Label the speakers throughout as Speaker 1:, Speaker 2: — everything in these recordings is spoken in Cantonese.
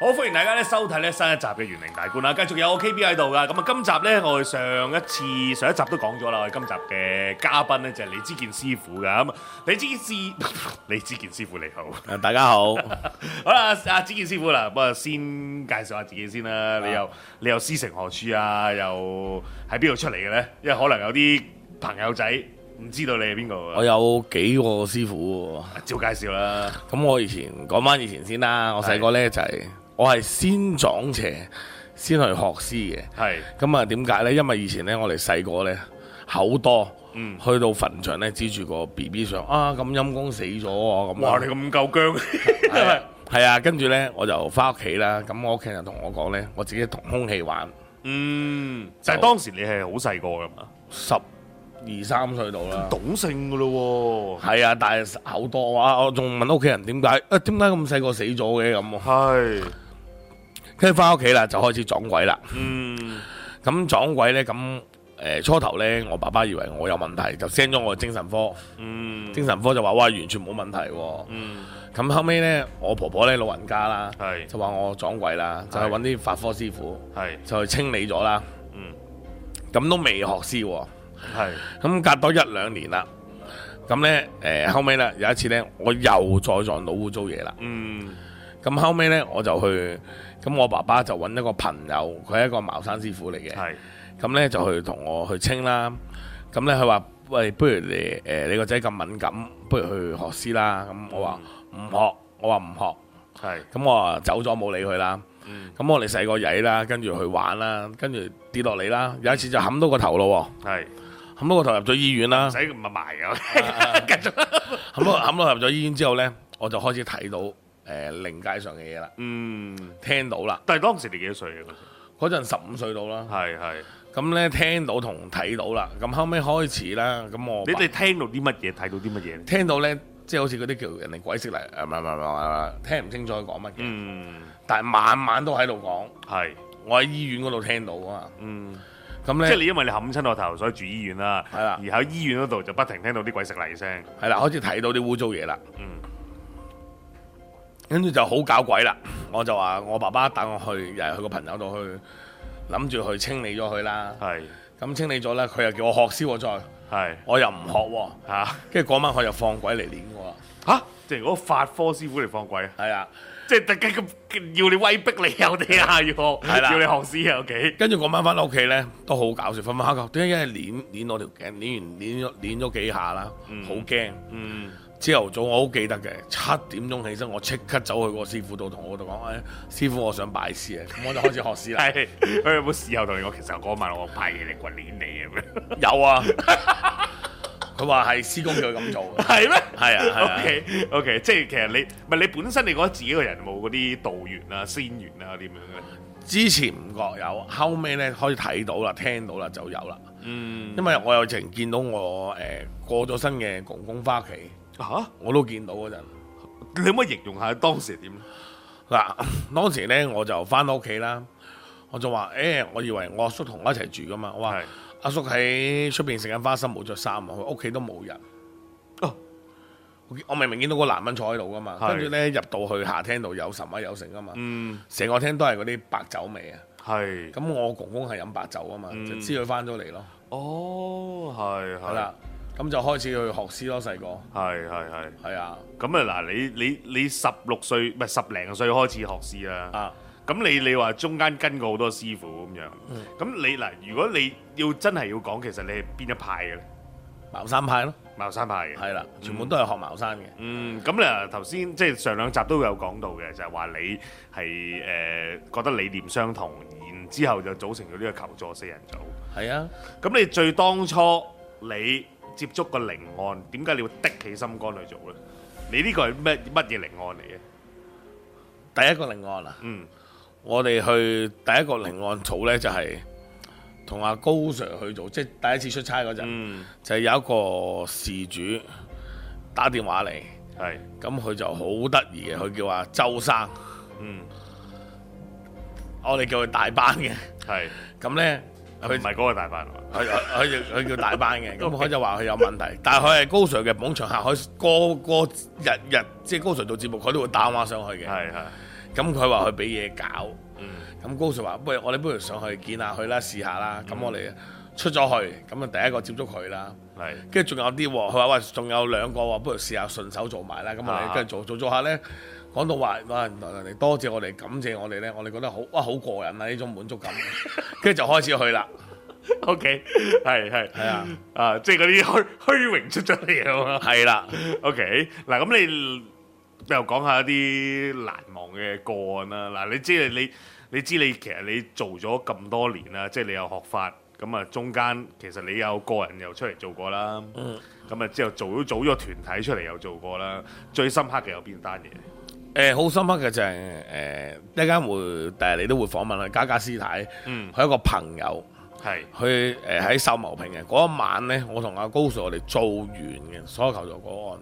Speaker 1: 好歡迎大家咧收睇咧新一集嘅《玄靈大觀》啊啦，繼續有我 KB 喺度噶。咁啊，今集咧我哋上一次上一集都講咗啦，我哋今集嘅嘉賓咧就係李志健師傅噶。咁啊李志健師 李志健師傅你好，
Speaker 2: 誒大家好，
Speaker 1: 好啦，阿志健師傅啦，咁啊先介紹下自己先啦。你又你又師承何處啊？又喺邊度出嚟嘅咧？因為可能有啲朋友仔唔知道你係邊個
Speaker 2: 我
Speaker 1: 喎，
Speaker 2: 有幾個師傅喎，
Speaker 1: 照介紹啦。
Speaker 2: 咁我以前講翻以前先啦，我細個呢就係、我係先撞邪，先去學師嘅。
Speaker 1: 係
Speaker 2: 咁啊點解呢？因為以前呢，我哋細個呢口多，去到墳場呢，指住個 B B 上啊咁陰公死咗喎咁啊。
Speaker 1: 哇，你咁夠
Speaker 2: 係啊
Speaker 1: 僵，
Speaker 2: 係啊，跟住呢，我就翻屋企啦。咁我屋企人同我講呢，我自己同空氣玩，
Speaker 1: 嗯，但係當時你係好細個噶嘛？
Speaker 2: 十二三歲到啦。
Speaker 1: 懂性噶咯
Speaker 2: 係啊，但係口多啊！我仲問屋企人點解啊？點解咁細個死咗嘅咁喎？
Speaker 1: 喎，係，
Speaker 2: 跟住翻屋企啦，就開始撞鬼啦。
Speaker 1: 嗯，
Speaker 2: 咁撞鬼呢，咁誒、呃初頭呢，我爸爸以為我有問題，就 send 咗我去精神科。
Speaker 1: 嗯，
Speaker 2: 精神科就話：哇，完全冇問題喎。
Speaker 1: 嗯，
Speaker 2: 咁後尾呢，我婆婆呢，老人家啦，
Speaker 1: 係
Speaker 2: 就話我撞鬼啦，就去
Speaker 1: 係
Speaker 2: 揾啲法科師傅
Speaker 1: 係，
Speaker 2: 就去清理咗啦。
Speaker 1: 嗯，
Speaker 2: 咁都未學師喎。
Speaker 1: 係，
Speaker 2: 咁隔多一兩年啦。咁呢，誒、後尾啦，有一次呢，我又再撞到污糟嘢啦。
Speaker 1: 嗯，
Speaker 2: 咁後尾呢，我就去，咁我爸爸就揾一個朋友，佢係一個茅山師傅嚟嘅。
Speaker 1: 係，
Speaker 2: 咁咧就去同我去清啦。咁咧佢話：喂，不如你誒、呃你個仔咁敏感，不如去學師啦。咁我話唔學，我話唔學。
Speaker 1: 係，
Speaker 2: 咁我話走咗冇理佢啦。
Speaker 1: 嗯，
Speaker 2: 咁我哋細個曳啦，跟住去玩啦，跟住跌落嚟啦。有一次就冚到個頭咯
Speaker 1: 係，
Speaker 2: 喎，冚到個頭入咗醫院啦
Speaker 1: 唔使。咁埋啊， 繼續啦，
Speaker 2: 冚到冚啊到入咗醫院之後咧，我就開始睇到誒、呃、靈界上嘅嘢啦，
Speaker 1: 嗯，
Speaker 2: 聽到啦。
Speaker 1: 但係當時你幾多歲啊？嗰時
Speaker 2: 嗰陣十五歲到啦，
Speaker 1: 係係，
Speaker 2: 咁咧聽到同睇到啦。咁後尾開始啦，咁我
Speaker 1: 你
Speaker 2: 爸
Speaker 1: 哋聽到啲乜嘢？睇到啲乜嘢咧？
Speaker 2: 聽到咧，即係好似嗰啲叫人哋鬼識嚟，誒唔係唔係唔係，聽唔清楚佢講乜嘅，
Speaker 1: 嗯，
Speaker 2: 但係晚晚都喺度講，
Speaker 1: 係，
Speaker 2: 我喺醫院嗰度聽到啊嘛，
Speaker 1: 嗯，
Speaker 2: 咁
Speaker 1: 即係
Speaker 2: 咧
Speaker 1: 你因為你冚親個頭，所以住醫院啦，
Speaker 2: 係啦
Speaker 1: 而喺醫院嗰度就不停聽到啲鬼食泥聲，
Speaker 2: 係啦，開始睇到啲污糟嘢啦，
Speaker 1: 嗯，
Speaker 2: 跟住就好搞鬼啦，我就話我爸爸帶我去，又係去個朋友度去，諗住去清理咗佢啦，
Speaker 1: 係
Speaker 2: 咁清理咗咧，佢又叫我學燒喎再，
Speaker 1: 係
Speaker 2: 我又唔學喎，
Speaker 1: 嚇
Speaker 2: 跟住嗰晚佢就放鬼嚟攆我啦，
Speaker 1: 嚇，即係嗰個法科師傅嚟放鬼啊！
Speaker 2: 係啊，
Speaker 1: 即係特登咁要你威逼你有啲啊，
Speaker 2: 係啦
Speaker 1: 要要你學師啊，OK？
Speaker 2: 跟住嗰晚翻到屋企咧都好搞笑，瞓瞓下覺，點解一係攆攆我條頸，攆完攆咗攆咗幾下啦，好驚、
Speaker 1: 嗯，
Speaker 2: 朝頭早我好記得嘅，七點鐘起身，我即刻走去個師傅度，同我度講：，誒、哎師傅，我想拜師啊！咁我就開始學師啦。
Speaker 1: 係。佢有冇事後同你講？其實嗰晚我派嘢嚟棍攆你咁樣，
Speaker 2: 有啊， 佢話係師公叫佢咁做嘅。
Speaker 1: 係咩？
Speaker 2: 係啊係啊
Speaker 1: OK OK，即係其實你唔係你本身你覺得自己個人冇嗰啲道緣啊、仙緣啊點樣嘅？
Speaker 2: 之前唔覺有，後尾咧開始睇到啦、聽到啦就有啦。
Speaker 1: 嗯，
Speaker 2: 因為我有情見到我誒、呃、過咗身嘅公公翻屋企，
Speaker 1: 嚇，
Speaker 2: 我都見到嗰陣。
Speaker 1: 你可唔可以形容下當時係點咧？
Speaker 2: 嗱， 當時咧我就翻到屋企啦，我就話：，誒、呃我以為我阿叔同我一齊住噶嘛，我話
Speaker 1: 係
Speaker 2: 阿叔喺出邊食緊花生冇着衫啊，佢屋企都冇人。
Speaker 1: 哦
Speaker 2: 我見我明明見到個男人坐喺度噶嘛，
Speaker 1: 係
Speaker 2: 跟住咧入到去下廳度有神啊有剩噶嘛，
Speaker 1: 嗯，
Speaker 2: 成、個廳都係嗰啲白酒味啊。
Speaker 1: 係，
Speaker 2: 咁我公公係飲白酒啊嘛，
Speaker 1: 嗯
Speaker 2: 就知佢翻咗嚟咯，
Speaker 1: 哦，係
Speaker 2: 係
Speaker 1: 係
Speaker 2: 啦，咁就開始去學師咯，細個
Speaker 1: 係係係。
Speaker 2: 係啊
Speaker 1: 咁啊嗱，你你你十六歲唔係十零歲開始學師啦。
Speaker 2: 啊，
Speaker 1: 咁你你話中間跟過好多師傅咁樣，咁你嗱，如果你要真係要講，其實你係邊一派嘅咧？
Speaker 2: 茅山派咯，
Speaker 1: 茅山派嘅。
Speaker 2: 係啦，全部都係學茅山嘅，
Speaker 1: 嗯，咁你啊頭先即係上兩集都有講到嘅，就係話你係誒、呃、覺得理念相同，然之後就組成咗呢個求助四人組。
Speaker 2: 係啊。
Speaker 1: 咁你最當初你接觸個靈案，點解你會的起心肝去做咧？你呢個係咩乜嘢靈案嚟嘅？
Speaker 2: 第一個靈案啊，
Speaker 1: 嗯，
Speaker 2: 我哋去第一個靈案組呢，就係同阿高 Sir 去做，即係第一次出差嗰陣，
Speaker 1: 嗯，
Speaker 2: 就係有一個事主打電話嚟，
Speaker 1: 係，
Speaker 2: 咁佢就好得意嘅，佢叫阿周生，
Speaker 1: 嗯，
Speaker 2: 我哋叫佢大班嘅，
Speaker 1: 係，
Speaker 2: 咁呢，
Speaker 1: 佢
Speaker 2: 佢
Speaker 1: 啊唔係嗰個大飯喎。
Speaker 2: 佢佢佢佢叫啊大 班嘅，咁佢就話佢有問題，但係佢係高 Sir 嘅捧場客，佢個個日日即係高 Sir 做節目，佢都會打電話上去嘅。
Speaker 1: 係係，
Speaker 2: 咁佢話佢俾嘢搞，
Speaker 1: 嗯
Speaker 2: 咁高 Sir 話：不如我哋不如上去見下佢啦，試下啦。咁我哋出咗去，咁啊第一個接觸佢啦。
Speaker 1: 係
Speaker 2: 跟住仲有啲喎，佢話喂，仲有兩個喎，不如試下順手做埋啦。咁我
Speaker 1: 啊
Speaker 2: 哋跟住做做做下咧，講到話哇，原來人哋多謝我哋，感謝我哋咧，我哋覺得好哇，好過癮啊！呢種滿足 感，跟住就開始去啦。
Speaker 1: ，OK，係係
Speaker 2: 係啊，
Speaker 1: 啊，即係嗰啲虛虛榮出咗嚟啊嘛。
Speaker 2: 係啦，
Speaker 1: OK，嗱咁你又講下一啲難忘嘅個案啦。嗱，你知你你知你其實你做咗咁多年啦，即係你有學法，咁啊中間其實你有個人又出嚟做過啦，
Speaker 2: 嗯
Speaker 1: 咁啊之後做咗組咗團體出嚟又做過啦。最深刻嘅有邊單嘢？
Speaker 2: 誒、好深刻嘅就係、誒、一陣間會，但係你都會訪問佢家家師太，佢、
Speaker 1: 嗯
Speaker 2: 一個朋友，
Speaker 1: 係
Speaker 2: 佢誒喺秀茂坪嘅嗰一晚咧，我同阿高 Sir 我哋做完嘅所有求助個案，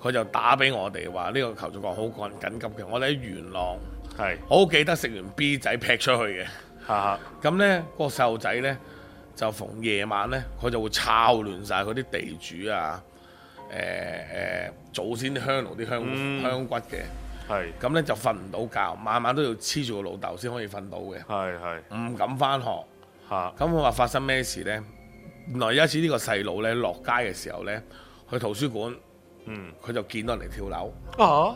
Speaker 2: 佢就打俾我哋話呢個求助個案好緊緊急嘅，我哋喺元朗。
Speaker 1: 係
Speaker 2: 好記得食完 B 仔劈出去嘅，
Speaker 1: 哈哈
Speaker 2: 咁呢個細路仔呢，就逢夜晚呢，佢就會抄亂晒佢啲地主啊，誒、誒祖先啲香爐啲香、
Speaker 1: 嗯
Speaker 2: 香骨嘅，
Speaker 1: 係
Speaker 2: 咁呢就瞓唔到覺，晚晚都要黐住個老豆先可以瞓到嘅，
Speaker 1: 係係
Speaker 2: 唔敢翻學。
Speaker 1: 嚇
Speaker 2: 咁佢話發生咩事呢？原來有一次呢個細路呢落街嘅時候呢，去圖書館，
Speaker 1: 嗯
Speaker 2: 佢就見到人哋跳樓，
Speaker 1: 啊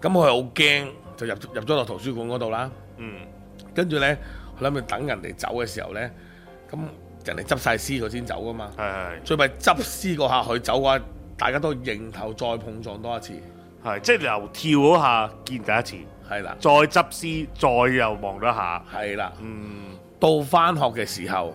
Speaker 2: 咁佢好驚，就入入咗落圖書館嗰度啦。
Speaker 1: 嗯
Speaker 2: 跟住呢，佢諗住等人哋走嘅時候呢，咁人哋執晒屍佢先走噶嘛。
Speaker 1: 係係
Speaker 2: 最弊執屍嗰下佢走嘅話，大家都認頭再碰撞多一次，
Speaker 1: 係即係由跳嗰下見第一次，
Speaker 2: 係啦，
Speaker 1: 再執屍，再又望咗一下，
Speaker 2: 係啦。
Speaker 1: 嗯
Speaker 2: 到翻學嘅時候，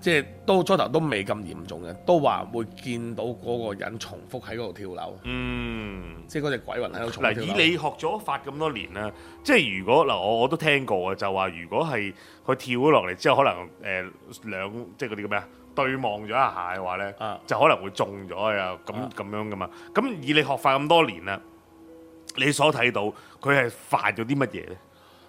Speaker 2: 即係都初頭都未咁嚴重嘅，都話會見到嗰個人重複喺嗰度跳樓，
Speaker 1: 嗯。
Speaker 2: 即係嗰只鬼魂喺度重
Speaker 1: 嗱，
Speaker 2: 複跳
Speaker 1: 以
Speaker 2: 樓。
Speaker 1: 你學咗法咁多年啦，即係如果嗱，我我都聽過啊，就話如果係佢跳咗落嚟之後，可能誒、呃、兩即係嗰啲叫咩啊，對望咗一下嘅話咧，
Speaker 2: 啊
Speaker 1: 就可能會中咗啊，咁
Speaker 2: 啊
Speaker 1: 咁樣噶嘛。咁以你學法咁多年啦，你所睇到佢係犯咗啲乜嘢咧？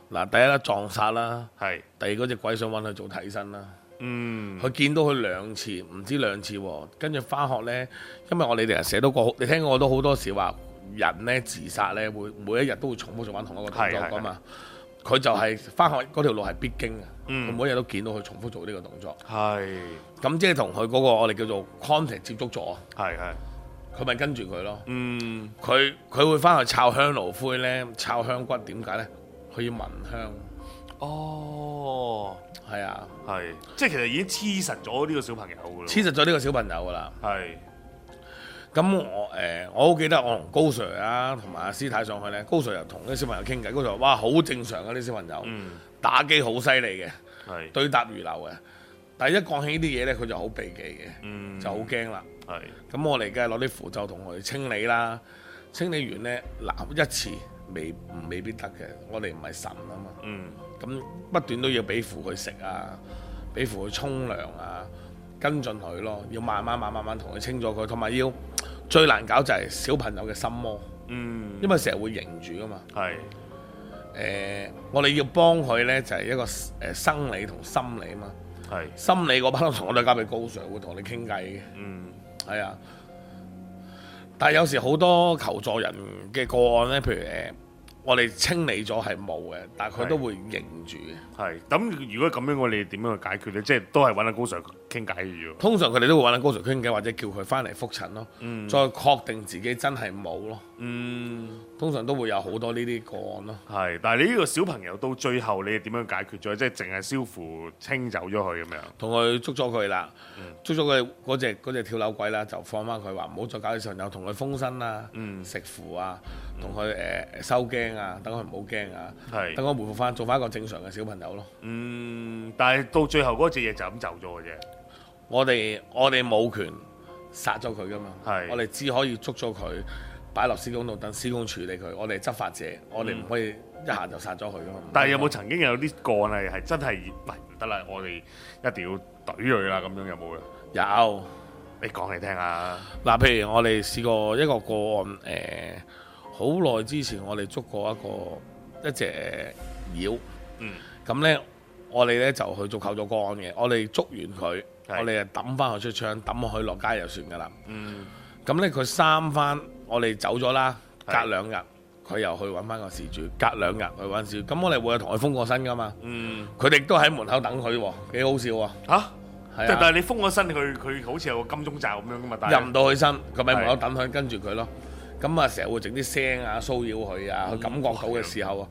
Speaker 2: 嗱，第一啦撞殺啦，
Speaker 1: 係，
Speaker 2: 第二嗰只鬼想揾佢做替身啦。
Speaker 1: 嗯，
Speaker 2: 佢見到佢兩次，唔知兩次喎。跟住翻學呢，因為我哋成日寫到過，你聽過我都好多時話人呢自殺呢，會每一日都會重複做翻同一個動
Speaker 1: 係係
Speaker 2: 作噶嘛。佢就係翻學嗰條路係必經嘅，佢、
Speaker 1: 嗯
Speaker 2: 每一日都見到佢重複做呢個動作。
Speaker 1: 係，
Speaker 2: 咁即係同佢嗰個我哋叫做 contact 接觸咗，
Speaker 1: 係係，
Speaker 2: 佢咪跟住佢咯。
Speaker 1: 嗯，
Speaker 2: 佢佢會翻去抄香爐灰呢，抄香骨點解呢？佢要聞香，
Speaker 1: 哦，
Speaker 2: 係啊，
Speaker 1: 係，即係其實已經黐實咗呢個小朋友噶啦，
Speaker 2: 黐實咗呢個小朋友噶啦。
Speaker 1: 係，
Speaker 2: 咁我誒、呃我好記得我同高 Sir 啊，同埋阿師太上去咧，高 Sir 又同啲小朋友傾偈，高 Sir 話：哇，好正常啊！啲小朋友、
Speaker 1: 嗯，
Speaker 2: 打機好犀利嘅，
Speaker 1: 係，
Speaker 2: 對答如流嘅。但係一講起呢啲嘢咧，佢就好避忌嘅，
Speaker 1: 嗯，
Speaker 2: 就好驚啦。
Speaker 1: 係，
Speaker 2: 咁我哋梗係攞啲符咒同佢清理啦。清理完咧，嗱一次未未必得嘅，我哋唔係神啊嘛。
Speaker 1: 嗯。
Speaker 2: 咁不斷都要俾符佢食啊，俾符佢沖涼啊，跟進佢咯，要慢慢慢慢慢同佢清咗佢，同埋要最難搞就係小朋友嘅心魔，
Speaker 1: 嗯，
Speaker 2: 因為成日會凝住噶嘛。
Speaker 1: 係
Speaker 2: 誒、我哋要幫佢呢，就係、一個誒、生理同心理啊嘛。
Speaker 1: 係，
Speaker 2: 心理嗰班同我哋交俾高 Sir 會同你傾偈嘅，
Speaker 1: 嗯
Speaker 2: 係啊。但係有時好多求助人嘅個案呢，譬如誒、我哋清理咗係冇嘅，但係佢
Speaker 1: 係
Speaker 2: 都會凝住嘅。
Speaker 1: 係。咁如果咁樣，我哋點樣去解決咧？即係都係揾阿高 Sir 傾偈嘅啫。
Speaker 2: 通常佢哋都會揾阿高 Sir 傾偈，或者叫佢翻嚟覆診咯，再確定自己真係冇咯。
Speaker 1: 嗯，
Speaker 2: 通常都會有好多呢啲個案咯。
Speaker 1: 係。但係你呢個小朋友到最後，你係點樣解決咗？即係淨係消符清走咗佢咁樣。
Speaker 2: 同佢捉咗佢啦，捉咗佢嗰只嗰只跳樓鬼啦，就放翻佢話唔好再搞啲上友，同佢封身啊，食符啊，同佢誒收驚啊，等佢唔好驚啊，
Speaker 1: 係
Speaker 2: 等佢回復翻做翻一個正常嘅小朋友咯。
Speaker 1: 嗯，但係到最後嗰只嘢就咁走咗嘅啫。
Speaker 2: 我哋我哋冇權殺咗佢噶嘛，
Speaker 1: 係
Speaker 2: 我哋只可以捉咗佢擺落施工度等施工處理佢。我哋係執法者，我哋唔可以一下就殺咗佢噶嘛。
Speaker 1: 但係有冇曾經有啲個案係係真係喂唔得啦？我哋一定要懟佢啦咁樣有冇嘅？
Speaker 2: 有
Speaker 1: 你講嚟聽下。
Speaker 2: 嗱？譬如我哋試過一個個案，誒、好耐之前我哋捉過一個一隻妖，
Speaker 1: 嗯，
Speaker 2: 咁呢，我哋呢就去做求助個案嘅，我哋捉完佢，
Speaker 1: 係
Speaker 2: 我哋就抌翻佢出窗，抌佢落街就算噶啦。
Speaker 1: 嗯，
Speaker 2: 咁呢，佢三番我哋走咗啦，隔
Speaker 1: 係
Speaker 2: 兩日佢又去揾翻個事主，隔兩日去揾事主。咁我哋會同佢封過身噶嘛？
Speaker 1: 嗯，
Speaker 2: 佢哋都喺門口等佢喎，幾好笑喎！
Speaker 1: 嚇、
Speaker 2: 係
Speaker 1: 但
Speaker 2: 啊，
Speaker 1: 但係你封咗身，佢佢好似有個金鐘罩咁樣噶嘛，但係
Speaker 2: 入唔到佢身，佢咪門口等佢，跟住佢咯。咁啊，成日會整啲聲啊，騷擾佢啊，
Speaker 1: 嗯
Speaker 2: 佢感覺到嘅時候啊，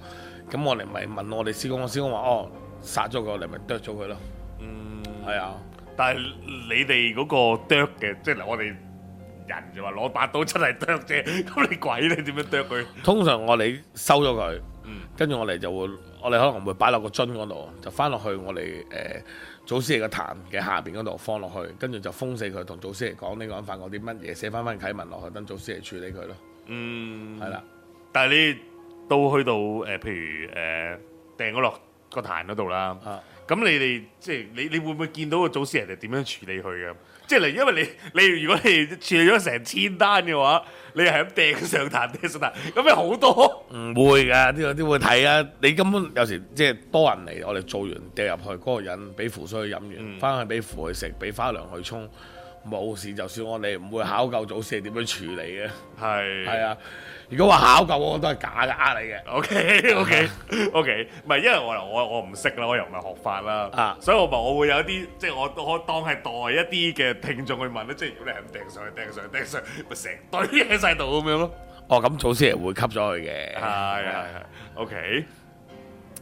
Speaker 2: 咁我哋咪問我哋師公，我師公話哦，殺咗佢，我哋咪剁咗佢咯。
Speaker 1: 嗯，
Speaker 2: 係啊，
Speaker 1: 但係你哋嗰個啄嘅，即係我哋人就話攞把刀真係啄啫， 咁你鬼你點樣啄佢？
Speaker 2: 通常我哋收咗佢
Speaker 1: 嗯，
Speaker 2: 跟住我哋就會，我哋可能會擺落個樽嗰度，就翻落去我哋誒、呃祖師爺嘅壇嘅下邊嗰度放落去，跟住就封死佢，同祖師爺講呢個人犯過啲乜嘢，寫翻翻啟文落去，等祖師爺處理佢咯。
Speaker 1: 嗯，
Speaker 2: 係啦、
Speaker 1: 但係你到去到誒、呃譬如誒、呃掟咗落個壇嗰度啦，
Speaker 2: 啊
Speaker 1: 咁你哋即係你你會唔會見到個祖師人哋點樣處理佢嘅？即係例如因為你 你如果你處理咗成千單嘅話，你係咁掟上壇掟上壇，咁咪好多。
Speaker 2: 唔會㗎，呢個都會睇啊！你根本有時即係多人嚟，我哋做完掉入去，嗰、個人俾符水去飲完，翻、去俾符去食，俾花糧去沖，冇事。就算我哋唔會考究祖師爺點樣處理嘅，
Speaker 1: 係
Speaker 2: 係啊。如果話考究，我都係假嘅，呃你嘅。
Speaker 1: O K O K O K，唔係因為我我我唔識啦，我又唔係學法啦，
Speaker 2: 啊
Speaker 1: 所以我咪我會有啲即係我我當係代一啲嘅聽眾去問咧，即係如果你係咁掟上去掟上去掟上去，咪成堆嘢喺晒度咁樣咯。
Speaker 2: 哦，咁祖師爺會吸咗佢嘅，
Speaker 1: 係係係，OK。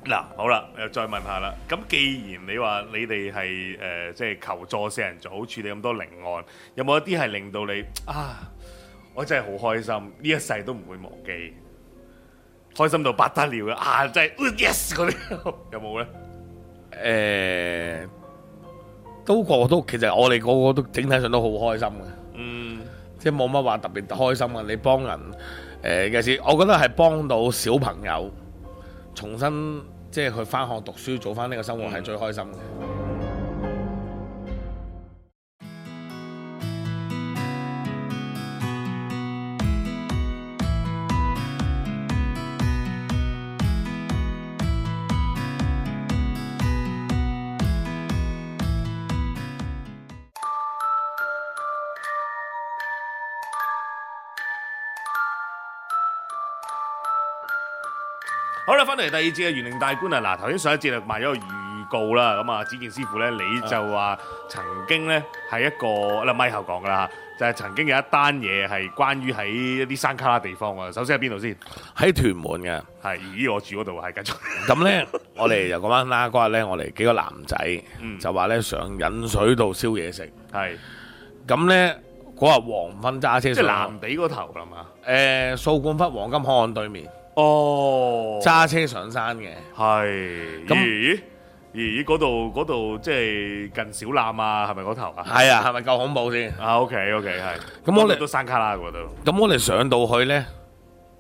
Speaker 1: 嗱，好啦，又再問下啦。咁既然你話你哋係誒，即係求助四人組處理咁多靈案，有冇一啲係令到你啊？我真係好開心，呢一世都唔會忘記，開心到不得了嘅啊！真係 yes 嗰啲有冇咧？
Speaker 2: 誒，呃都個個都其實我哋個個都整體上都好開心嘅，
Speaker 1: 嗯
Speaker 2: 即係冇乜話特別開心嘅。你幫人誒、尤其是我覺得係幫到小朋友重新即係去翻學讀書，做翻呢個生活係
Speaker 1: 嗯
Speaker 2: 最開心嘅。
Speaker 1: 好啦，翻嚟第二節嘅元靈大觀啊！嗱，頭先上一節就賣咗個預告啦，咁啊，子健師傅咧，你就話曾經咧係一個啦，咪後講噶啦嚇，就係、曾經有一單嘢係關於喺一啲山卡拉地方啊。首先喺邊度先？
Speaker 2: 喺屯門嘅，
Speaker 1: 係咦，我住嗰度係繼續。
Speaker 2: 咁呢，我哋就講翻啦，嗰日呢，我哋幾個男仔
Speaker 1: 嗯
Speaker 2: 就話呢，上引水度燒嘢食，
Speaker 1: 係
Speaker 2: 咁呢，嗰日黃昏揸車
Speaker 1: 即係
Speaker 2: 上
Speaker 1: 南地嗰頭啦嘛。
Speaker 2: 誒掃管笏黃金海岸對面
Speaker 1: 哦，
Speaker 2: 揸車上山嘅，
Speaker 1: 係
Speaker 2: 咁
Speaker 1: 咦咦嗰度嗰度即係近小欖啊，係咪嗰頭啊？
Speaker 2: 係啊，係咪夠恐怖先？
Speaker 1: 啊，OK OK 係。
Speaker 2: 咁我哋
Speaker 1: 都山卡拉嗰度，
Speaker 2: 咁我哋上到去呢，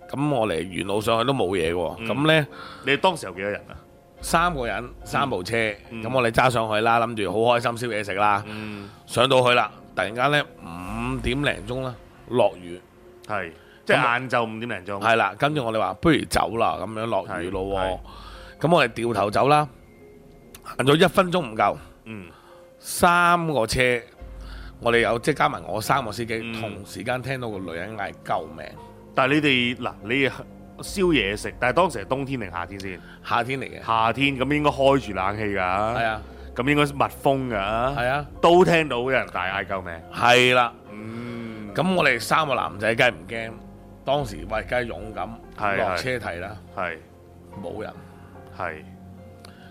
Speaker 2: 咁我哋沿路上去都冇嘢喎。咁呢，
Speaker 1: 你當時有幾多人啊？
Speaker 2: 三個人三部車，咁、我哋揸上去啦，諗住好開心燒嘢食啦。
Speaker 1: 嗯。
Speaker 2: 上到去啦，突然間呢，五點零鐘啦，落雨，
Speaker 1: 係，即係晏晝五點零鐘。
Speaker 2: 係啦。跟住我哋話不如走啦，咁樣落雨咯
Speaker 1: 係
Speaker 2: 喎。咁我哋掉頭走啦，行咗一分鐘唔夠。
Speaker 1: 嗯，
Speaker 2: 三個車，我哋有即係加埋我三個司機，
Speaker 1: 嗯
Speaker 2: 同時間聽到個女人嗌救命。
Speaker 1: 但係你哋嗱，你哋燒嘢食，但係當時係冬天定夏天先？
Speaker 2: 夏天嚟嘅，
Speaker 1: 夏天咁應該開住冷氣㗎，
Speaker 2: 係啊，
Speaker 1: 咁應該密封㗎，
Speaker 2: 係啊，
Speaker 1: 都聽到有人大嗌救命。
Speaker 2: 係啦。
Speaker 1: 嗯，
Speaker 2: 咁我哋三個男仔梗係唔驚，當時喂梗係勇敢
Speaker 1: 係
Speaker 2: 落
Speaker 1: 係
Speaker 2: 車睇啦，
Speaker 1: 係
Speaker 2: 冇人。
Speaker 1: 係，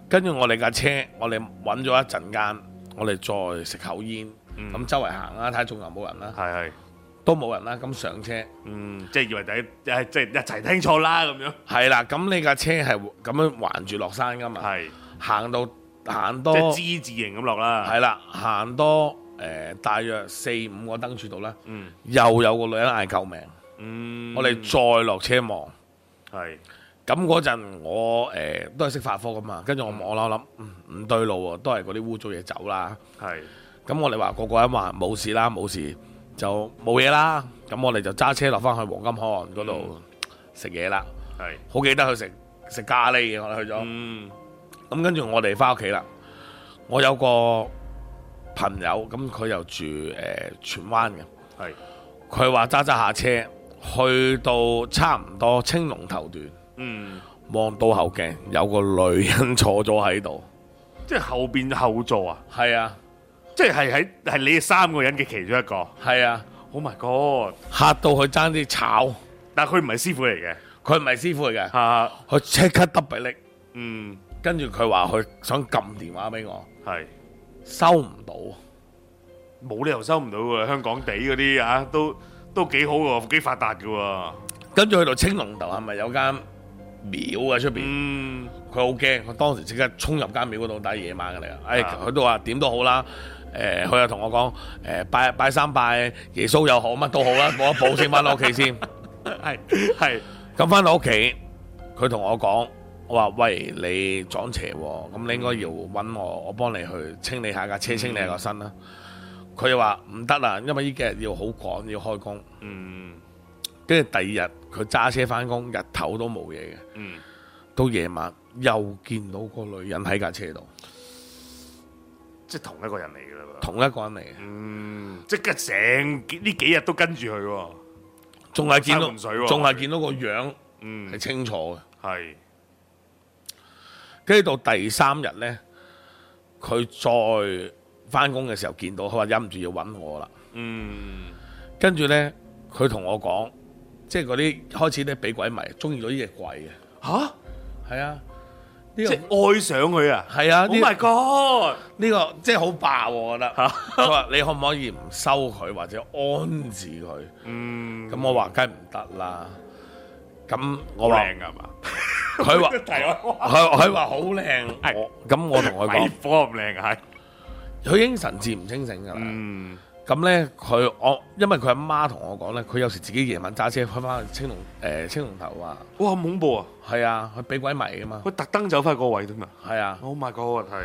Speaker 2: 跟住我哋架車，我哋揾咗一陣間，我哋再食口煙，咁、
Speaker 1: 嗯
Speaker 2: 周圍行啦，睇下仲有冇人啦，
Speaker 1: 係係，
Speaker 2: 都冇人啦。咁上車
Speaker 1: 嗯，即係以為大家誒，即係一齊聽錯啦咁樣。
Speaker 2: 係啦，咁你架車係咁樣環住落山噶嘛，
Speaker 1: 係，
Speaker 2: 行到行
Speaker 1: 即
Speaker 2: 多
Speaker 1: 係 G 字形咁落啦。
Speaker 2: 係啦，行多誒、呃大約四五個燈柱度啦，
Speaker 1: 嗯
Speaker 2: 又有個女人嗌救命，
Speaker 1: 嗯，
Speaker 2: 我哋再落車望。
Speaker 1: 係
Speaker 2: 咁嗰陣我誒、呃都係識法科噶嘛，跟住我望我諗諗嗯唔對路喎，都係嗰啲污糟嘢走啦。
Speaker 1: 係
Speaker 2: 咁我哋話個個人話啊冇事啦，冇事就冇嘢啦。咁我哋就揸車落翻去黃金海岸嗰度食嘢啦。
Speaker 1: 係，
Speaker 2: 好記得去食食咖喱嘅，我哋去咗。
Speaker 1: 嗯
Speaker 2: 咁跟住我哋翻屋企啦。我有個朋友，咁佢又住誒、呃荃灣嘅，
Speaker 1: 係，
Speaker 2: 佢話揸揸下車去到差唔多青龍頭段，
Speaker 1: 嗯，
Speaker 2: 望到後鏡有個女人坐咗喺度，
Speaker 1: 即係後边後座啊，
Speaker 2: 係啊
Speaker 1: 即係係喺係你哋三個人嘅其中一個。
Speaker 2: 係啊，
Speaker 1: Oh my god！
Speaker 2: 嚇到佢爭啲炒，
Speaker 1: 但係佢唔係師傅嚟嘅，
Speaker 2: 佢唔係師傅嚟嘅，
Speaker 1: 吓、
Speaker 2: 佢即刻得俾力，
Speaker 1: 嗯，
Speaker 2: 跟住佢話佢想撳電話俾我，
Speaker 1: 係
Speaker 2: 收唔到，
Speaker 1: 冇理由收唔到嘅，香港地嗰啲啊，都都幾好喎，幾發達嘅喎。
Speaker 2: 跟住去到青龍頭係咪有間廟啊出邊？
Speaker 1: 嗯，
Speaker 2: 佢好驚，佢當時即刻衝入間廟嗰度，但係夜晚嘅嚟嘅。誒、
Speaker 1: 啊
Speaker 2: 佢都話點都好啦。誒、佢又同我講，誒、拜拜三拜耶穌又好，乜都好啦，冇一步先翻到屋企先。
Speaker 1: 係係
Speaker 2: 咁翻到屋企，佢同我講，我話喂，你撞邪喎，咁你應該要揾我，
Speaker 1: 嗯
Speaker 2: 我幫你去清理下架車，清理下個身啦。
Speaker 1: 嗯
Speaker 2: 佢又話唔得啦，因為呢幾日要好趕，要開工。
Speaker 1: 嗯
Speaker 2: 跟住第二日佢揸車翻工，日頭都冇嘢嘅，
Speaker 1: 嗯，
Speaker 2: 到夜晚又見到個女人喺架車度，
Speaker 1: 即係同一個人嚟嘅啦喎。
Speaker 2: 同一個人嚟嘅。
Speaker 1: 嗯，即係成幾呢幾日都跟住佢喎。
Speaker 2: 仲係見到，
Speaker 1: 山唔水喎
Speaker 2: 仲係見到個樣係
Speaker 1: 嗯，
Speaker 2: 清楚嘅。
Speaker 1: 係
Speaker 2: 跟住到第三日呢，佢再翻工嘅時候見到，佢話忍唔住要揾我啦。
Speaker 1: 嗯
Speaker 2: 跟住呢，佢同我講，即係嗰啲開始咧俾鬼迷，中意咗呢只鬼嘅。
Speaker 1: 吓，
Speaker 2: 係啊，呢、
Speaker 1: 即
Speaker 2: 個
Speaker 1: 係愛上佢啊！
Speaker 2: 係啊，
Speaker 1: Oh
Speaker 2: 呢、
Speaker 1: my god！
Speaker 2: 呢、個即係好霸喎我覺得。佢話你可唔可以唔收佢或者安置佢？
Speaker 1: 嗯，
Speaker 2: 咁我話梗係唔得啦。咁我
Speaker 1: 好
Speaker 2: 話
Speaker 1: 靚噶嘛？
Speaker 2: 佢 話。
Speaker 1: 題外話，
Speaker 2: 佢佢話好靚，我咁我同佢
Speaker 1: 鬼
Speaker 2: 講，
Speaker 1: 火咁靚啊！係
Speaker 2: 佢已經神志唔清醒㗎啦。
Speaker 1: 嗯
Speaker 2: 咁咧佢我因為佢阿媽同我講咧，佢有時自己夜晚揸車翻翻青龍誒、呃青龍頭啊，，
Speaker 1: 哇咁恐怖啊！
Speaker 2: 係啊，佢俾鬼迷㗎嘛，
Speaker 1: 佢特登走翻個位添嘛
Speaker 2: 係啊。
Speaker 1: ！Oh my god！係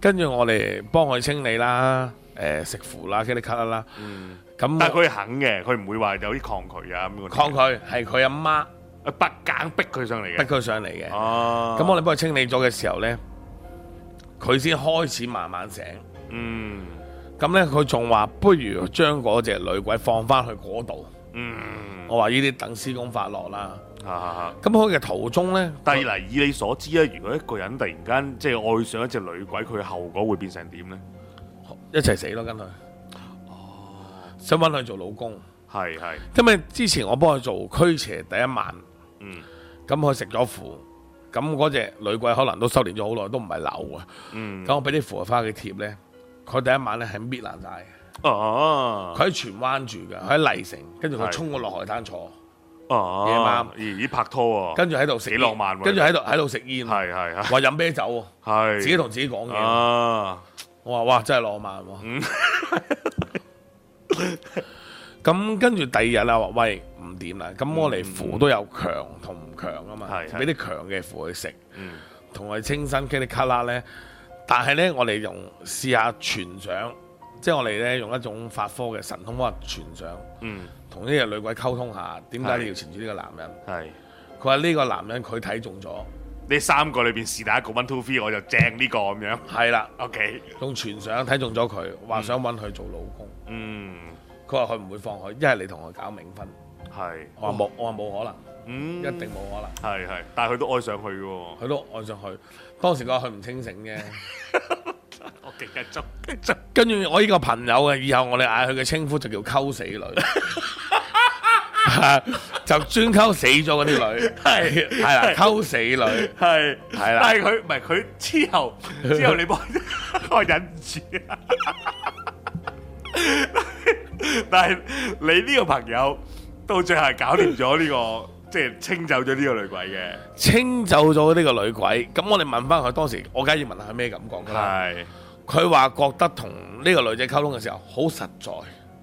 Speaker 2: 跟住我哋幫佢清理啦，誒、食符啦，噼里咔啦啦。
Speaker 1: 嗯，
Speaker 2: 咁
Speaker 1: 但係佢肯嘅，佢唔會話有啲抗拒啊咁嗰啲。
Speaker 2: 抗拒係佢阿媽
Speaker 1: 啊，北硬逼佢上嚟
Speaker 2: 逼
Speaker 1: 嘅。
Speaker 2: 佢上嚟嘅。咁、
Speaker 1: 哦，
Speaker 2: 我哋幫佢清理咗嘅時候咧，佢先開始慢慢醒。
Speaker 1: 嗯
Speaker 2: 咁咧佢仲話不如將嗰只女鬼放翻去嗰度。
Speaker 1: 嗯
Speaker 2: 我話呢啲等施工發落啦。
Speaker 1: 啊。
Speaker 2: 咁佢嘅途中呢，
Speaker 1: 但係嗱，以你所知咧，如果一個人突然間即係愛上一隻女鬼，佢後果會變成點咧？
Speaker 2: 一齊死咯，跟佢。
Speaker 1: 哦
Speaker 2: 想揾佢做老公，
Speaker 1: 係係，
Speaker 2: 因為之前我幫佢做驅邪第一晚，
Speaker 1: 嗯
Speaker 2: 咁佢食咗符，咁嗰只女鬼可能都修練咗好耐，都唔係流啊。
Speaker 1: 嗯，
Speaker 2: 咁我俾啲符翻去貼呢，佢第一晚呢係搣爛晒。
Speaker 1: 啊哦
Speaker 2: 佢喺荃灣住嘅，佢喺麗城，跟住佢
Speaker 1: 係
Speaker 2: 衝我落海灘坐，
Speaker 1: 哦，
Speaker 2: 夜晚
Speaker 1: 咦咦拍拖喎，
Speaker 2: 跟住喺度食煙
Speaker 1: 幾浪漫喎
Speaker 2: 跟住喺度喺度食煙，話
Speaker 1: 係係係
Speaker 2: 飲啤酒喎，
Speaker 1: 係，
Speaker 2: 自己同自己講嘢。
Speaker 1: 啊，
Speaker 2: 我話哇，真係浪漫喎、
Speaker 1: 嗯
Speaker 2: 咁跟住第二日啦，話喂唔掂啦，咁我嚟符都有強同唔強啊嘛
Speaker 1: 嗯係，係
Speaker 2: 俾啲強嘅符去食，
Speaker 1: 嗯
Speaker 2: 同佢清新噼里咔啦咧。但係咧，我哋用試下傳想，即係我哋咧用一種法科嘅神通方法傳想，
Speaker 1: 嗯
Speaker 2: 同呢個女鬼溝通下，點解
Speaker 1: 係
Speaker 2: 你要纏住呢個男人？
Speaker 1: 係。
Speaker 2: 佢話呢個男人佢睇中咗，
Speaker 1: 呢三個裏邊是但一個 one two three，我就正呢個咁樣。
Speaker 2: 係啦，
Speaker 1: OK，
Speaker 2: 用傳想睇中咗佢，話想揾佢做老公。
Speaker 1: 嗯，
Speaker 2: 佢話佢唔會放佢，一係你同佢搞冥婚。
Speaker 1: 係，
Speaker 2: 我話冇，我話冇可能，
Speaker 1: 哦嗯，
Speaker 2: 一定冇可能。
Speaker 1: 係係，但係佢都愛上去嘅 喎。
Speaker 2: 佢都愛上去，當時佢話佢唔清醒 嘅。
Speaker 1: 我勁
Speaker 2: 啊
Speaker 1: 緊張，緊張。
Speaker 2: 跟住我呢個朋友嘅，以後我哋嗌佢嘅稱呼就叫溝死女， 就專溝死咗嗰啲女，
Speaker 1: 係
Speaker 2: 係啦，溝死女。
Speaker 1: 係
Speaker 2: 係啦
Speaker 1: 但係佢唔係佢之 後之後你幫 我忍唔住 啊！但係你呢個朋友到最後係搞掂咗呢個， 即係清走咗呢個女鬼嘅。
Speaker 2: 清走咗呢個女鬼，咁我哋問翻佢當時，我梗係要問下佢咩感覺㗎啦。
Speaker 1: 係，
Speaker 2: 佢話覺得同呢個女仔溝通嘅時候好實在，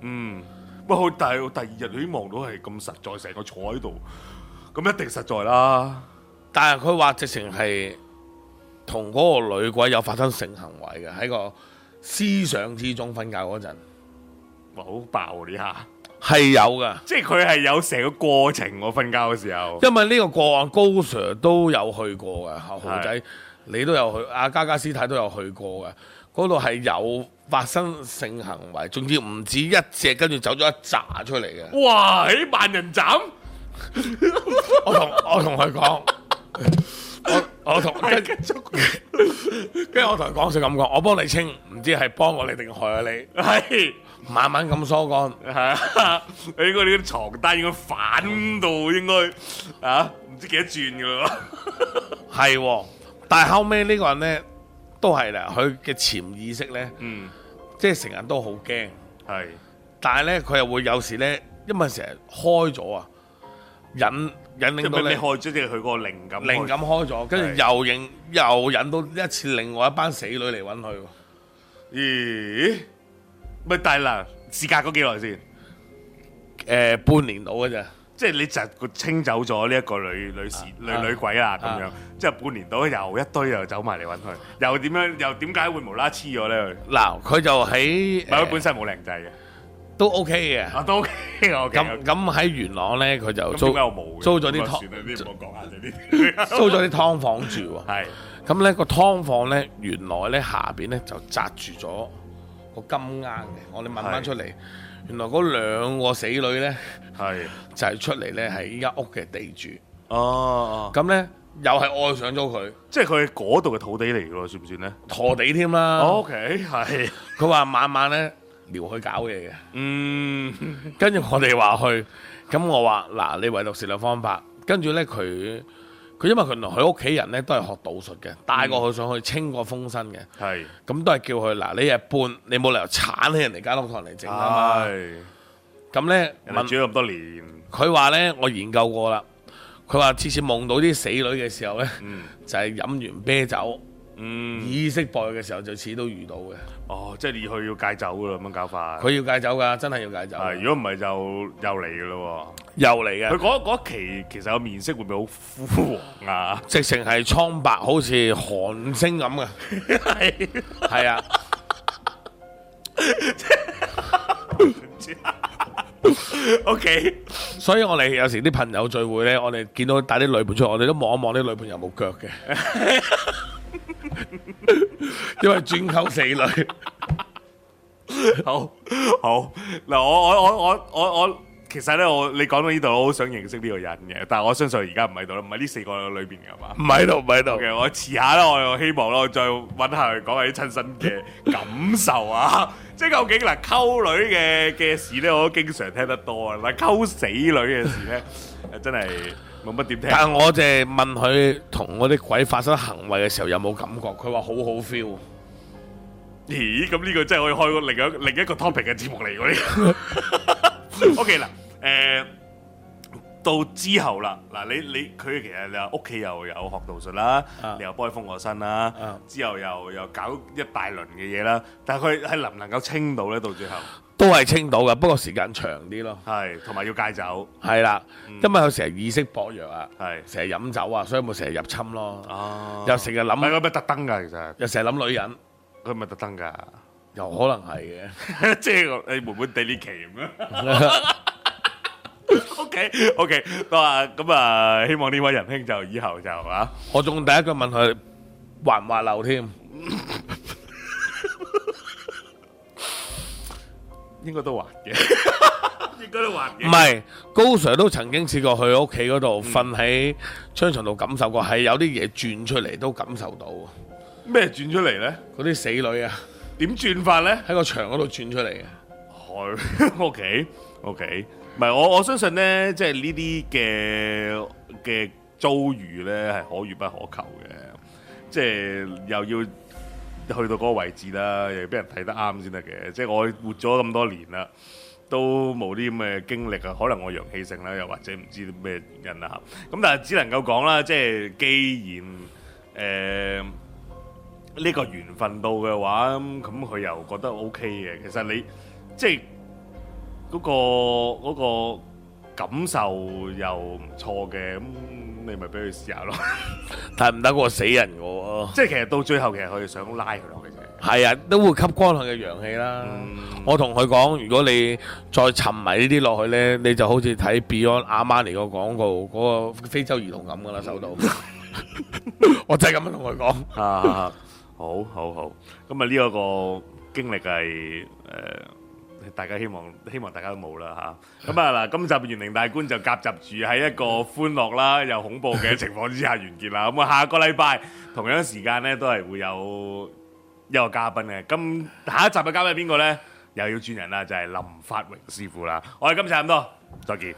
Speaker 1: 嗯，不過但係第二日你已經望到係咁實在，成個坐喺度，咁一定實在啦。
Speaker 2: 但係佢話直情係同嗰個女鬼有發生性行為嘅，喺個思想之中瞓覺嗰陣
Speaker 1: 哇，好爆喎呢下！
Speaker 2: 係有㗎。
Speaker 1: 即係佢係有成個過程，我瞓覺嘅時候。
Speaker 2: 因為呢個個案高 Sir 都有去過嘅，豪仔你都有去，阿嘉嘉師太都有去過嘅，嗰度係有發生性行為，仲要唔止一隻，跟住走咗一紮出嚟嘅，
Speaker 1: 哇！喺萬人斬，
Speaker 2: 我同 我同佢講，我 我同跟跟住我同佢講就咁講，我幫你清，唔知係幫我你定害咗你，
Speaker 1: 係
Speaker 2: 慢慢咁疏乾。
Speaker 1: 係啊，你應該你啲床單應該反到應該啊，唔知幾多轉噶啦。
Speaker 2: 係喎，但係後尾呢個人咧都係啦，佢嘅潛意識咧，
Speaker 1: 嗯，
Speaker 2: 即係成日都好驚，
Speaker 1: 係
Speaker 2: 但係咧佢又會有時咧，因為成日開咗啊，引引
Speaker 1: 即
Speaker 2: 領
Speaker 1: 係
Speaker 2: 到
Speaker 1: 俾
Speaker 2: 你
Speaker 1: 你害咗即係佢個靈感害。
Speaker 2: 靈感開咗，跟住又引又引到一次另外一班死女嚟揾佢喎。
Speaker 1: 咦？咪但係嗱，時隔嗰幾耐先？
Speaker 2: 誒、半年到嘅咋，
Speaker 1: 即係你就清走咗呢一個女女士女
Speaker 2: 啊
Speaker 1: 女鬼啦咁樣
Speaker 2: 啊，
Speaker 1: 即係半年到又一堆又走埋嚟揾佢，又點樣又點解會無啦啦黐咗咧？佢
Speaker 2: 嗱佢就喺
Speaker 1: 唔係佢
Speaker 2: 誒
Speaker 1: 本身冇靚仔嘅，
Speaker 2: 都 OK 嘅。
Speaker 1: 啊都 OK 嘅 OK
Speaker 2: 咁
Speaker 1: 嘅。
Speaker 2: 咁喺元朗咧，佢就
Speaker 1: 咁
Speaker 2: 租
Speaker 1: 點解我冇嘅？
Speaker 2: 租咗啲
Speaker 1: 咁啊
Speaker 2: 劏
Speaker 1: 算啦，你唔好講下 呢啲。
Speaker 2: 租咗啲劏房住喎。
Speaker 1: 係
Speaker 2: 咁咧個劏房咧，原來咧下邊咧就紮住咗個金鈎嘅。我哋問翻
Speaker 1: 係
Speaker 2: 出嚟，原來嗰兩個死女咧
Speaker 1: 係
Speaker 2: 就係、出嚟咧係依間屋嘅地主。
Speaker 1: 哦，
Speaker 2: 咁咧又係愛上咗佢，
Speaker 1: 即係佢係嗰度嘅土地嚟嘅喎，算唔算咧
Speaker 2: 陀地添
Speaker 1: 啊
Speaker 2: 啦。
Speaker 1: ？OK 係
Speaker 2: 佢話晚晚咧撩佢搞嘢嘅。
Speaker 1: 嗯
Speaker 2: 跟住我哋話去，咁我話嗱，你唯獨是兩方法。跟住呢，佢佢因為佢同佢屋企人呢都係學道術嘅，帶過佢上去清過風身嘅，
Speaker 1: 係
Speaker 2: 咁都係叫佢嗱，你日半你冇理由鏟起人哋間屋同人嚟整啊嘛。
Speaker 1: 係
Speaker 2: 咁呢，
Speaker 1: 人哋
Speaker 2: 問
Speaker 1: 住咗咁多年，
Speaker 2: 佢話呢，我研究過啦，佢話次次夢到啲死女嘅時候呢，就係飲完啤酒
Speaker 1: 嗯
Speaker 2: 意識薄弱嘅時候，就似都遇到嘅。
Speaker 1: 哦，即係你去要戒酒㗎啦，咁樣搞法。
Speaker 2: 佢要戒酒㗎，真係要戒酒㗎。
Speaker 1: 係，如果唔係就又嚟嘅咯
Speaker 2: 又嚟
Speaker 1: 喎。佢
Speaker 2: 嘅，
Speaker 1: 嗰嗰期其實個面色會唔會好枯黃啊？
Speaker 2: 直情係蒼白，好似寒星咁嘅。
Speaker 1: 係，
Speaker 2: 係啊。
Speaker 1: O K，
Speaker 2: 所以我哋有時啲朋友聚會咧，我哋見到帶啲女伴出嚟，我哋都望一望啲女伴有冇腳 嘅，因為轉溝死女。
Speaker 1: 好，好。嗱，我我我我我我，其實咧，我你講到呢度，我好想認識呢個人嘅，但係我相信而家唔喺度啦，唔係呢四個裏邊嘅嘛。
Speaker 2: 唔喺度，唔喺度
Speaker 1: O、k 我遲下啦，我又希望啦，我再揾下佢講下啲親身嘅感受啊！ 即係究竟嗱，溝女嘅嘅事咧，我都經常聽得多啊，嗱，溝死女嘅事咧，誒真係冇乜點聽。
Speaker 2: 但係我就係問佢同嗰啲鬼發生行為嘅時候有冇感覺，佢話好好 feel。
Speaker 1: 咦，咁呢個真係可以開個另一另一個 topic 嘅節目嚟喎 呢個。OK 嗱，誒、到之後啦，嗱你你佢其實你話屋企又有學道術啦，
Speaker 2: 啊
Speaker 1: 你又幫佢封過身啦，
Speaker 2: 啊
Speaker 1: 之後又又搞一大輪嘅嘢啦，但係佢係能唔能夠清到咧？到最後
Speaker 2: 都係清到嘅，不過時間長啲咯。
Speaker 1: 係，同埋要戒酒
Speaker 2: 係啦，因為佢成日意識薄弱啊，
Speaker 1: 係
Speaker 2: 成日飲酒啊，所以咪成日入侵咯，
Speaker 1: 哦
Speaker 2: 又成日
Speaker 1: 唔係
Speaker 2: 諗，
Speaker 1: 佢咪特登㗎， 其實
Speaker 2: 又成日諗女人，
Speaker 1: 佢咪特登㗎，
Speaker 2: 又可能係嘅。
Speaker 1: 即係你悶悶地呢期咁樣。O K O K，啊咁啊，希望呢位仁兄就以後就啊，
Speaker 2: 我仲第一句問佢滑唔滑溜添，
Speaker 1: 應該都還嘅，應該都還
Speaker 2: 唔
Speaker 1: 嘅。
Speaker 2: 係高 Sir 都曾經試過去屋企嗰度瞓喺張床度感受過，係有啲嘢轉出嚟都感受到，嗰
Speaker 1: 咩轉出嚟咧？
Speaker 2: 啲死女啊
Speaker 1: 點轉法咧？
Speaker 2: 喺個牆嗰度轉出嚟嘅，
Speaker 1: 係 O K O K，唔係我我相信咧，即係呢啲嘅嘅遭遇咧係可遇不可求嘅，即係又要去到嗰個位置啦，又要俾人睇得啱先得嘅。即係我活咗咁多年啦。都冇啲咁嘅經歷啊，可能我陽氣盛啦，又或者唔知咩原因啦嚇咁但係只能夠講啦，即係既然誒呢、個緣分到嘅話，咁咁佢又覺得 O K 嘅。其實你即係嗰、個嗰、個感受又唔錯嘅，咁你咪俾佢試下咯。
Speaker 2: 但係唔得過死人嘅喎，
Speaker 1: 即係其實到最後，其實佢想拉佢落去啫。
Speaker 2: 係啊，都會吸乾佢嘅陽氣啦。我同佢講，如果你再沉迷呢啲落去呢，你就好似睇 Beyond 阿瑪尼個廣告嗰、個非洲兒童咁噶啦， 手到。我真係咁樣同佢 講。
Speaker 1: 啊，好好好，咁啊呢一個經歷係誒大家希望希望大家都冇啦嚇。咁啊嗱，今集嘅玄靈大觀就夾雜住喺一個歡樂啦又恐怖嘅情況之下完結啦。咁啊，下個禮拜同樣時間咧都係會有一個嘉賓嘅。咁 下一集嘅嘉賓係邊個咧？又要轉人啦，就係、林發榮師傅啦。我哋今集咁多，再見。